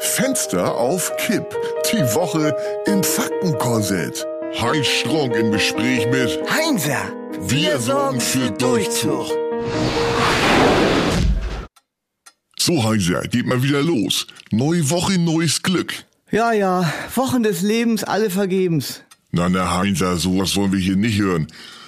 Fenster auf Kipp. Die Woche im Faktenkorsett. Heinz Strunk im Gespräch mit Heinzer, So, Heinzer, geht mal wieder los. Neue Woche, neues Glück. Ja, ja, Wochen des Lebens, alle vergebens. Na, na, Heinzer, sowas wollen wir hier nicht hören.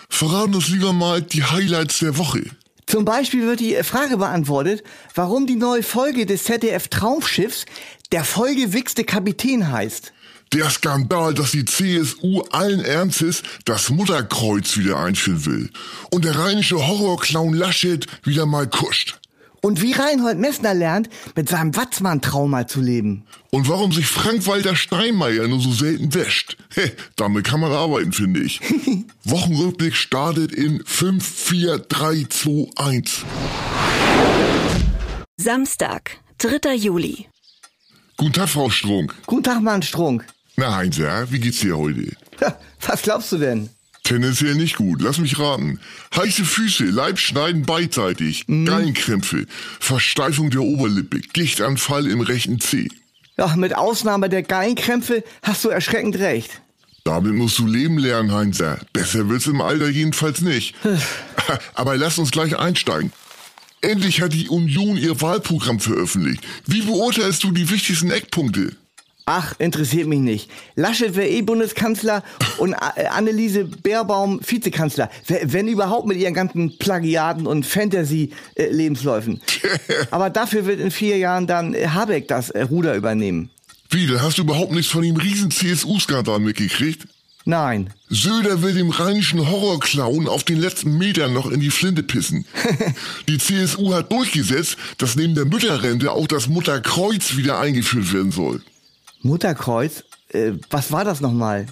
Verraten uns lieber mal die Highlights der Woche. Zum Beispiel wird die Frage beantwortet, warum die neue Folge des ZDF Traumschiffs der vollgewichste Kapitän heißt. Der Skandal, dass die CSU allen Ernstes das Mutterkreuz wieder einführen will. Und der rheinische Horrorclown Laschet wieder mal kuscht. Und wie Reinhold Messner lernt, mit seinem Watzmann-Trauma zu leben. Und warum sich Frank-Walter Steinmeier nur so selten wäscht? Heh, damit kann man arbeiten, finde ich. Wochenrückblick startet in 5, 4, 3, 2, 1. Samstag, 3. Juli. Guten Tag, Frau Strunk. Guten Tag, Mann Strunk. Na, Heinzer, wie geht's dir heute? Ha, Was glaubst du denn? Tendenziell nicht gut, lass mich raten. Heiße Füße, Leibschneiden beidseitig, Gallenkrämpfe, Versteifung der Oberlippe, Gichtanfall im rechten Zeh. Ja, mit Ausnahme der Geilenkrämpfe hast du erschreckend recht. Damit musst du leben lernen, Heinzer. Besser wird's im Alter jedenfalls nicht. Aber lass uns gleich einsteigen. Endlich hat die Union ihr Wahlprogramm veröffentlicht. Wie beurteilst du die wichtigsten Eckpunkte? Ach, interessiert mich nicht. Laschet wäre eh Bundeskanzler und A- äh, Anneliese Baerbaum Vizekanzler. W- Wenn überhaupt mit ihren ganzen Plagiaten und Fantasy-Lebensläufen. Aber dafür wird in vier Jahren dann äh, Habeck das äh, Ruder übernehmen. Wie, da hast du überhaupt nichts von dem riesen CSU-Skandal mitgekriegt? Nein. Söder will dem rheinischen Horrorclown auf den letzten Metern noch in die Flinte pissen. die CSU hat durchgesetzt, dass neben der Mütterrente auch das Mutterkreuz wieder eingeführt werden soll. Mutterkreuz? Äh, was war das nochmal?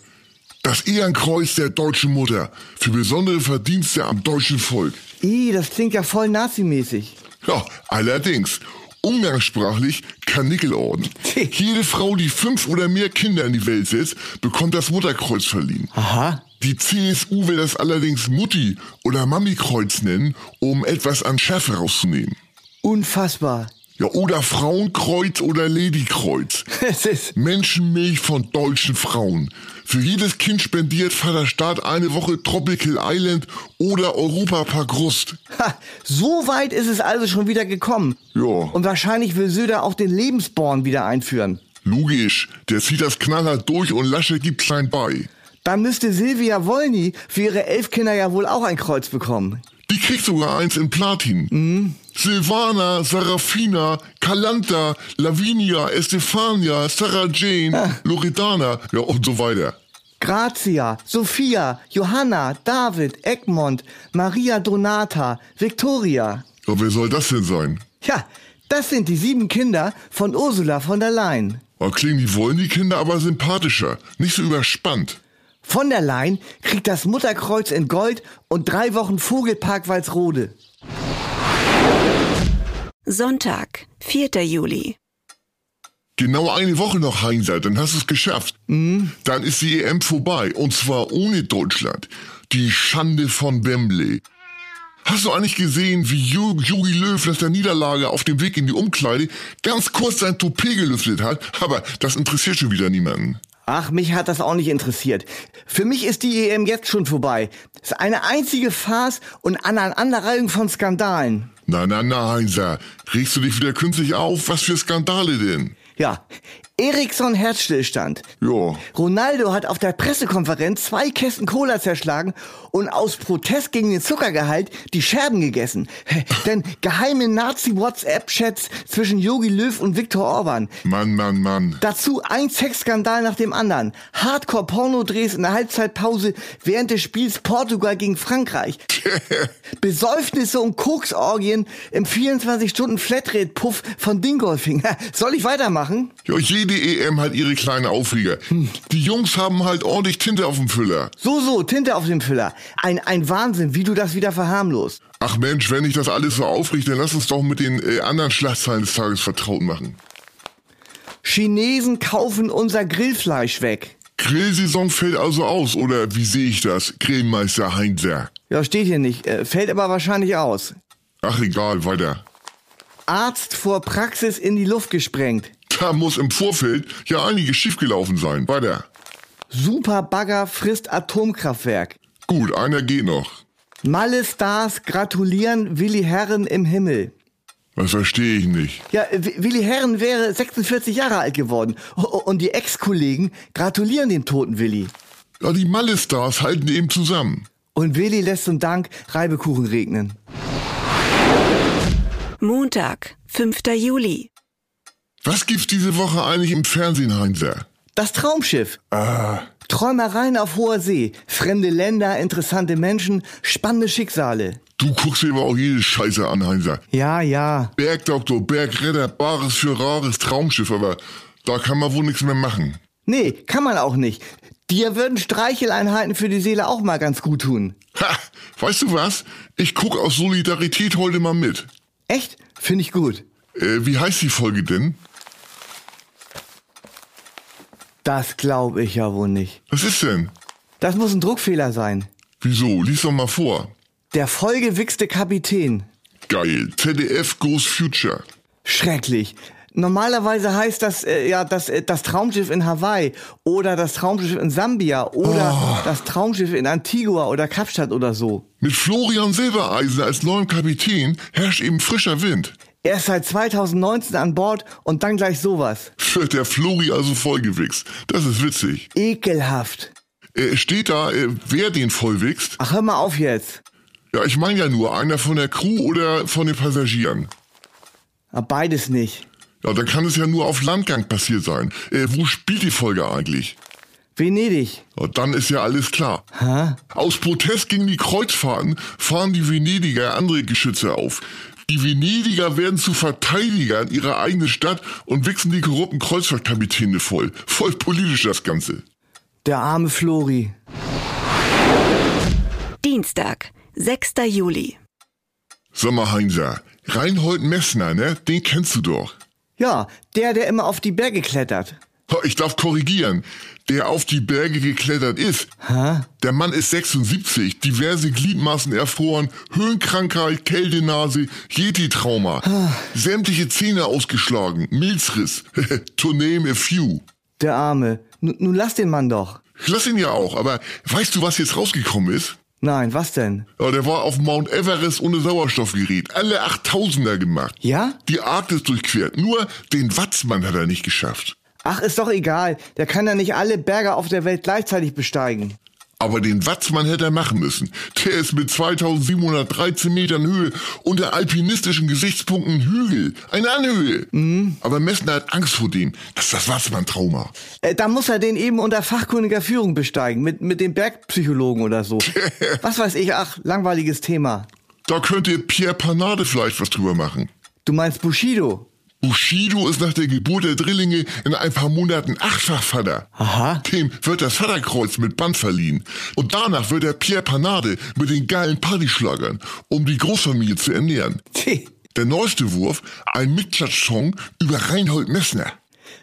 Das Ehrenkreuz der deutschen Mutter für besondere Verdienste am deutschen Volk. Ih, das klingt ja voll nazimäßig. Ja, allerdings. Umgangssprachlich Karnickelorden. Jede Frau, die fünf oder mehr Kinder in die Welt setzt, bekommt das Mutterkreuz verliehen. Aha. Die CSU will das allerdings Mutti- oder Mami-Kreuz nennen, um etwas an Schärfe rauszunehmen. Unfassbar. Ja, oder Frauenkreuz oder Ladykreuz. Es ist. Menschenmilch von deutschen Frauen. Für jedes Kind spendiert Vater Staat eine Woche Tropical Island oder Europapark Rust. Ha, so weit ist es also schon wieder gekommen. Ja. Und wahrscheinlich will Söder auch den Lebensborn wieder einführen. Logisch, der zieht das knallhart durch und Lasche gibt klein bei. Dann müsste Silvia Wollny für ihre elf Kinder ja wohl auch ein Kreuz bekommen. Die kriegt sogar eins in Platin. Silvana, Sarafina, Kalanta, Lavinia, Estefania, Sarah Jane, Loredana, ja und so weiter. Grazia, Sophia, Johanna, David, Egmont, Maria Donata, Victoria. Ja, wer soll das denn sein? Ja, das sind die sieben Kinder von Ursula von der Leyen. Ja, klingen die Ah, wollen die Kinder aber sympathischer, nicht so überspannt. Von der Leyen kriegt das Mutterkreuz in Gold und drei Wochen Vogelpark Walsrode. Sonntag, 4. Juli. Genau eine Woche noch, Heinzer, dann hast du es geschafft. Dann ist die EM vorbei. Und zwar ohne Deutschland. Die Schande von Wembley. Hast du eigentlich gesehen, wie Jürgen Jogi Löw nach der Niederlage auf dem Weg in die Umkleide ganz kurz sein Toupet gelüftet hat? Aber das interessiert schon wieder niemanden. Ach, mich hat das auch nicht interessiert. Für mich ist die EM jetzt schon vorbei. Es ist eine einzige Farce und eine Aneinanderreihung von Skandalen. Na, na, na, Heinzer. Regst du dich wieder künstlich auf? Was für Skandale denn? Ja, Eriksson Herzstillstand. Ja. Ronaldo hat auf der Pressekonferenz zwei Kästen Cola zerschlagen und aus Protest gegen den Zuckergehalt die Scherben gegessen. Denn geheime Nazi-WhatsApp-Chats zwischen Jogi Löw und Viktor Orban. Mann, Mann, Mann. Dazu ein Sexskandal nach dem anderen. Hardcore-Porno-Drehs in der Halbzeitpause während des Spiels Portugal gegen Frankreich. Besäufnisse und Koksorgien im 24-Stunden-Flatrate-Puff von Dingolfinger. Soll ich weitermachen? Ja, jede EM hat ihre kleinen Aufreger. Die Jungs haben halt ordentlich Tinte auf dem Füller. So, so, Tinte auf dem Füller. Ein, ein Wahnsinn, wie du das wieder verharmlost. Ach Mensch, wenn ich das alles so aufrichte, dann lass uns doch mit den äh, anderen Schlagzeilen des Tages vertraut machen. Chinesen kaufen unser Grillfleisch weg. Grillsaison fällt also aus, oder wie sehe ich das, Grillmeister Heinzer? Ja, steht hier nicht. Äh, fällt aber wahrscheinlich aus. Ach egal, weiter. Arzt vor Praxis in die Luft gesprengt. Da muss im Vorfeld ja einiges schiefgelaufen sein. Weiter. Superbagger frisst Atomkraftwerk. Gut, einer geht noch. Malle Stars gratulieren Willi Herren im Himmel. Das verstehe ich nicht. Ja, äh, W- Willi Herren wäre 46 Jahre alt geworden. O- o- Und die Ex-Kollegen gratulieren dem toten Willi. Ja, die Malle-Stars halten eben zusammen. Und Willi lässt zum Dank Reibekuchen regnen. Montag, 5. Juli. Was gibt's diese Woche eigentlich im Fernsehen, Heinzer? Das Traumschiff. Träumereien auf hoher See. Fremde Länder, interessante Menschen, spannende Schicksale. Du guckst dir aber auch jede Scheiße an, Heinzer. Ja, ja. Bergdoktor, Bergretter, Bares für Rares, Traumschiff, aber da kann man wohl nichts mehr machen. Nee, kann man auch nicht. Dir würden Streicheleinheiten für die Seele auch mal ganz gut tun. Ha! Weißt du was? Ich guck aus Solidarität heute mal mit. Echt? Finde ich gut. Äh, wie heißt die Folge denn? Das glaube ich ja wohl nicht. Was ist denn? Das muss ein Druckfehler sein. Wieso? Lies doch mal vor. Der vollgewichste Kapitän. Geil. ZDF Goes Future. Schrecklich. Normalerweise heißt das äh, ja das, äh, das Traumschiff in Hawaii oder das Traumschiff in Sambia oder das Traumschiff in Antigua oder Kapstadt oder so. Mit Florian Silbereisen als neuem Kapitän herrscht eben frischer Wind. Er ist seit 2019 an Bord und dann gleich sowas. Wird der Flori also vollgewichst. Das ist witzig. Ekelhaft. Äh, steht da, äh, wer den vollwichst? Ach, hör mal auf jetzt. Ja, ich meine ja nur, einer von der Crew oder von den Passagieren. Ah, Beides nicht. Ja, dann kann es ja nur auf Landgang passiert sein. Äh, wo spielt die Folge eigentlich? Venedig. Ja, dann ist ja alles klar. Hä? Aus Protest gegen die Kreuzfahrten fahren die Venediger andere Geschütze auf. Die Venediger werden zu Verteidigern ihrer eigenen Stadt und wichsen die korrupten Kreuzfahrtkapitäne voll. Voll politisch das Ganze. Der arme Flori. Dienstag, 6. Juli. Sag mal, Heinzer, Reinhold Messner, ne? Den kennst du doch. Ja, der, der immer auf die Berge klettert. Ha, Ich darf korrigieren. Der auf die Berge geklettert ist. Hä? Der Mann ist 76, diverse Gliedmaßen erfroren, Höhenkrankheit, Kältenase, Yeti-Trauma, sämtliche Zähne ausgeschlagen, Milzriss, to name a few. Der arme. N nun lass den Mann doch. Ich lass ihn ja auch, aber weißt du, was jetzt rausgekommen ist? Nein, was denn? Ja, der war auf Mount Everest ohne Sauerstoffgerät, alle 8000er gemacht. Ja? Die Arktis durchquert, nur den Watzmann hat er nicht geschafft. Ach, ist doch egal. Der kann ja nicht alle Berge auf der Welt gleichzeitig besteigen. Aber den Watzmann hätte er machen müssen. Der ist mit 2713 Metern Höhe unter alpinistischen Gesichtspunkten ein Hügel. Eine Anhöhe. Aber Messner hat Angst vor dem. Das ist das Watzmann-Trauma. Äh, da muss er den eben unter fachkundiger Führung besteigen. Mit, mit dem Bergpsychologen oder so. was weiß ich. Ach, langweiliges Thema. Da könnte Pierre Panade vielleicht was drüber machen. Du meinst Bushido? Bushido ist nach der Geburt der Drillinge in ein paar Monaten achtfach Vater. Aha. Dem wird das Vaterkreuz mit Band verliehen. Und danach wird er Pierre Panade mit den geilen Partyschlagern, um die Großfamilie zu ernähren. Tee. Der neueste Wurf, ein Mitklatsch-Song über Reinhold Messner.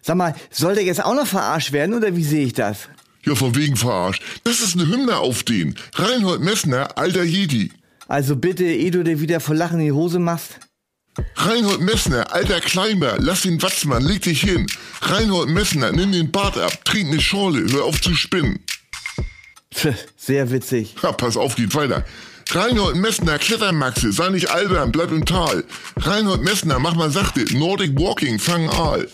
Sag mal, soll der jetzt auch noch verarscht werden oder wie sehe ich das? Ja, von wegen verarscht. Das ist eine Hymne auf den. Reinhold Messner, alter Jedi. Also bitte, ehe du dir wieder vor Lachen in die Hose machst. Reinhold Messner, alter Kleimer, lass den Watzmann, leg dich hin. Reinhold Messner, nimm den Bart ab, trink eine Schorle, hör auf zu spinnen. Pff, Sehr witzig. Ja, pass auf, geht weiter. Reinhold Messner, Klettermaxe, sei nicht albern, bleib im Tal. Reinhold Messner, mach mal sachte, Nordic Walking, fang Aal.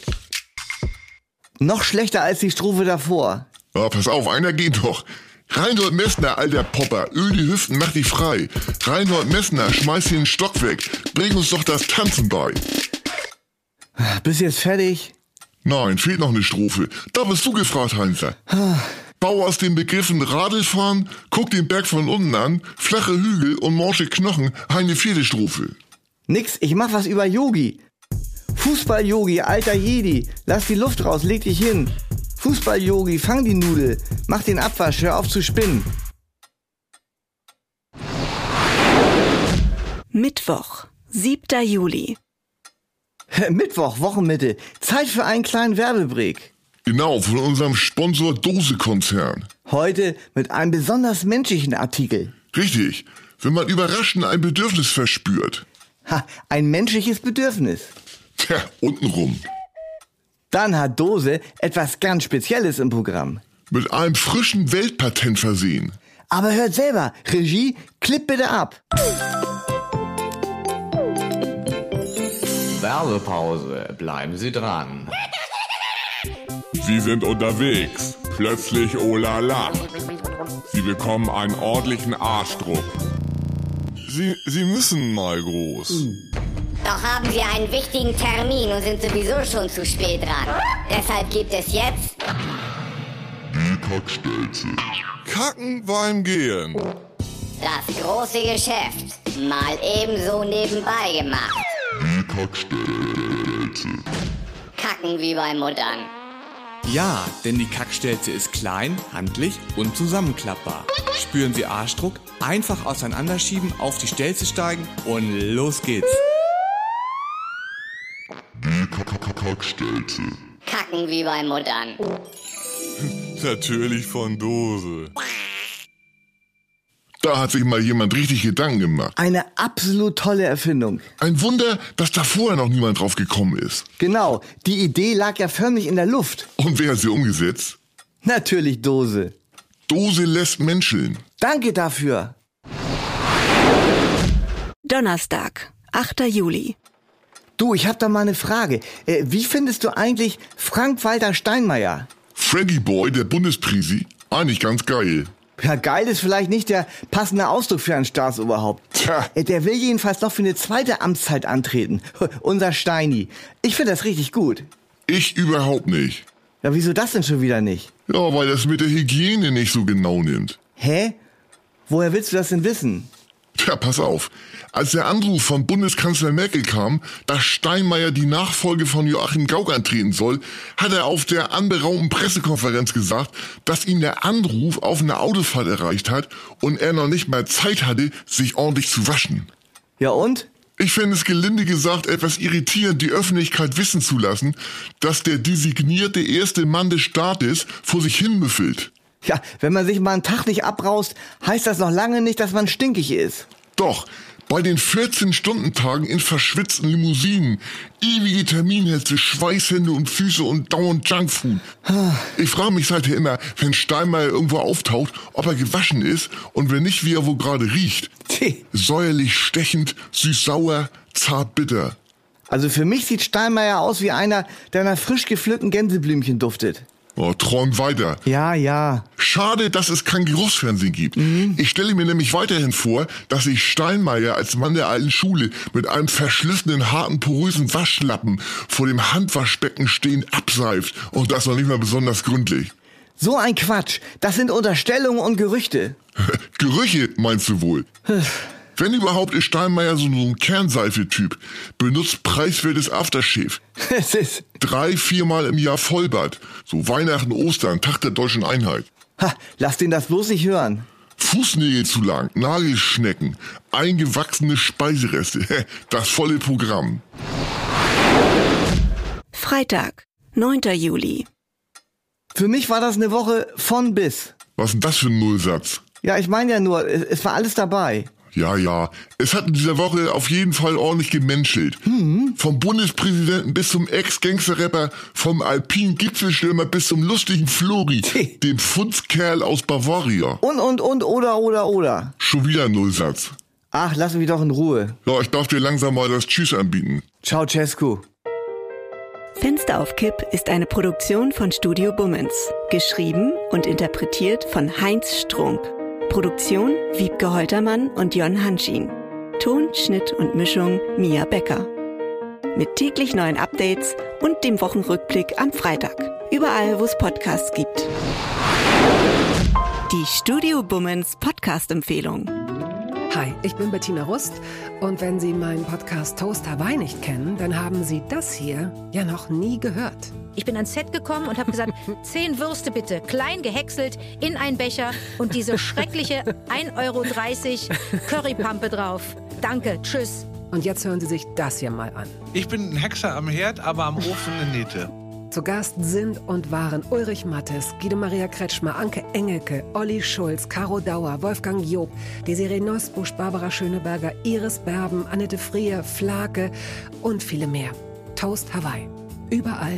Noch schlechter als die Strophe davor. Ja, pass auf, einer geht doch. Reinhold Messner, alter Popper, öl die Hüften, mach dich frei. Reinhold Messner, schmeiß den Stock weg, bring uns doch das Tanzen bei. Bist jetzt fertig? Nein, fehlt noch eine Strophe. Da bist du gefragt, Heinzer. Bau aus den Begriffen Radlfahren, guck den Berg von unten an, flache Hügel und morsche Knochen, eine vierte Strophe. Nix, ich mach was über Yogi. Fußball-Yogi, alter Jedi, lass die Luft raus, leg dich hin. Fußball-Yogi, fang die Nudel, mach den Abwasch, hör auf zu spinnen. Mittwoch, 7. Juli. Mittwoch, Wochenmitte, Zeit für einen kleinen Werbebreak. Genau, von unserem Sponsor Dose-Konzern. Heute mit einem besonders menschlichen Artikel. Richtig, wenn man überraschend ein Bedürfnis verspürt. Ha, ein menschliches Bedürfnis. Tja, untenrum. Dann hat Dose etwas ganz Spezielles im Programm. Mit einem frischen Weltpatent versehen. Aber hört selber, Regie, klipp bitte ab. Werbepause. Bleiben Sie dran. Sie sind unterwegs. Plötzlich oh la la. Sie bekommen einen ordentlichen Arschdruck. Sie, sie müssen mal groß. Doch haben wir einen wichtigen Termin und sind sowieso schon zu spät dran. Deshalb gibt es jetzt Kacken beim Gehen. das große Geschäft. Mal ebenso nebenbei gemacht. Kacken wie bei Muttern. Ja, denn die Kackstelze ist klein, handlich und zusammenklappbar. Spüren Sie Arschdruck? Einfach auseinanderschieben, auf die Stelze steigen und los geht's. Kacken wie bei Muttern. Natürlich von Dose. Da hat sich mal jemand richtig Gedanken gemacht. Eine absolut tolle Erfindung. Ein Wunder, dass da vorher noch niemand drauf gekommen ist. Genau, die Idee lag ja förmlich in der Luft. Und wer hat sie umgesetzt? Natürlich Dose. Dose lässt menscheln. Danke dafür. Donnerstag, 8. Juli. Du, ich hab da mal eine Frage. Äh, wie findest du eigentlich Frank-Walter Steinmeier? Freddy Boy, der Bundesprisi, eigentlich ganz geil. Ja, geil ist vielleicht nicht der passende Ausdruck für einen Staatsoberhaupt. Tja. Äh, Der will jedenfalls noch für eine zweite Amtszeit antreten. Unser Steini. Ich finde das richtig gut. Ich überhaupt nicht. Ja, wieso das denn schon wieder nicht? Ja, weil das mit der Hygiene nicht so genau nimmt. Hä? Woher willst du das denn wissen? Tja, pass auf. Als der Anruf von Bundeskanzler Merkel kam, dass Steinmeier die Nachfolge von Joachim Gauck antreten soll, hat er auf der anberaumten Pressekonferenz gesagt, dass ihn der Anruf auf einer Autofahrt erreicht hat und er noch nicht mal Zeit hatte, sich ordentlich zu waschen. Ja und? Ich finde es gelinde gesagt etwas irritierend, die Öffentlichkeit wissen zu lassen, dass der designierte erste Mann des Staates vor sich hin müffelt. Ja, wenn man sich mal einen Tag nicht abbraust, heißt das noch lange nicht, dass man stinkig ist. Doch, bei den 14-Stunden-Tagen in verschwitzten Limousinen, ewige Terminhetze, Schweißhände und Füße und dauernd Junkfood. Ich frage mich seither immer, wenn Steinmeier irgendwo auftaucht, ob er gewaschen ist und wenn nicht, wie er wo gerade riecht. Tee. Säuerlich, stechend, süß-sauer, zart-bitter. Also für mich sieht Steinmeier aus wie einer, der nach frisch gepflückten Gänseblümchen duftet. Oh, träum weiter. Ja, ja. Schade, dass es kein Geruchsfernsehen gibt. Ich stelle mir nämlich weiterhin vor, dass sich Steinmeier als Mann der alten Schule mit einem verschliffenen, harten, porösen Waschlappen vor dem Handwaschbecken stehend abseift. Und das noch nicht mal besonders gründlich. So ein Quatsch. Das sind Unterstellungen und Gerüchte. Gerüche meinst du wohl? Wenn überhaupt ist Steinmeier so ein Kernseife-Typ, benutzt preiswertes Aftershave. Es ist. Drei, viermal im Jahr Vollbad. So Weihnachten, Ostern, Tag der deutschen Einheit. Ha, lass den das bloß nicht hören. Fußnägel zu lang, Nagelschnecken, eingewachsene Speisereste, das volle Programm. Freitag, 9. Juli. Für mich war das eine Woche von bis. Was ist denn das für ein Nullsatz? Ja, ich meine ja nur, es, es war alles dabei. Ja, ja, es hat in dieser Woche auf jeden Fall ordentlich gemenschelt. Vom Bundespräsidenten bis zum Ex-Gangster-Rapper, vom alpinen Gipfelstürmer bis zum lustigen Flori, Tee. dem Funzkerl aus Bavaria. Und, und, und, oder, oder, oder. Schon wieder ein Nullsatz. Ach, lassen wir doch in Ruhe. Ja, ich darf dir langsam mal das Tschüss anbieten. Ciao, Cescu. Fenster auf Kipp ist eine Produktion von Studio Bummens. Geschrieben und interpretiert von Heinz Strunk. Produktion Wiebke Holtermann und Jon Hanschin. Ton, Schnitt und Mischung Mia Becker. Mit täglich neuen Updates und dem Wochenrückblick am Freitag. Überall, wo es Podcasts gibt. Die Studio Bummens Podcast-Empfehlung. Hi, ich bin Bettina Rust und wenn Sie meinen Podcast Toast Hawaii nicht kennen, dann haben Sie das hier ja noch nie gehört. Ich bin ans Set gekommen und habe gesagt, zehn Würste bitte, klein gehäckselt, in einen Becher und diese schreckliche 1,30 Euro Currypampe drauf. Danke, tschüss. Und jetzt hören Sie sich das hier mal an. Ich bin ein Hexer am Herd, aber am Ofen eine Niete. Zu Gast sind und waren Ulrich Mattes, Guido Maria Kretschmer, Anke Engelke, Olli Schulz, Caro Dauer, Wolfgang Job, Desiree Neussbusch, Barbara Schöneberger, Iris Berben, Annette Frier, Flake und viele mehr. Toast Hawaii. Überall,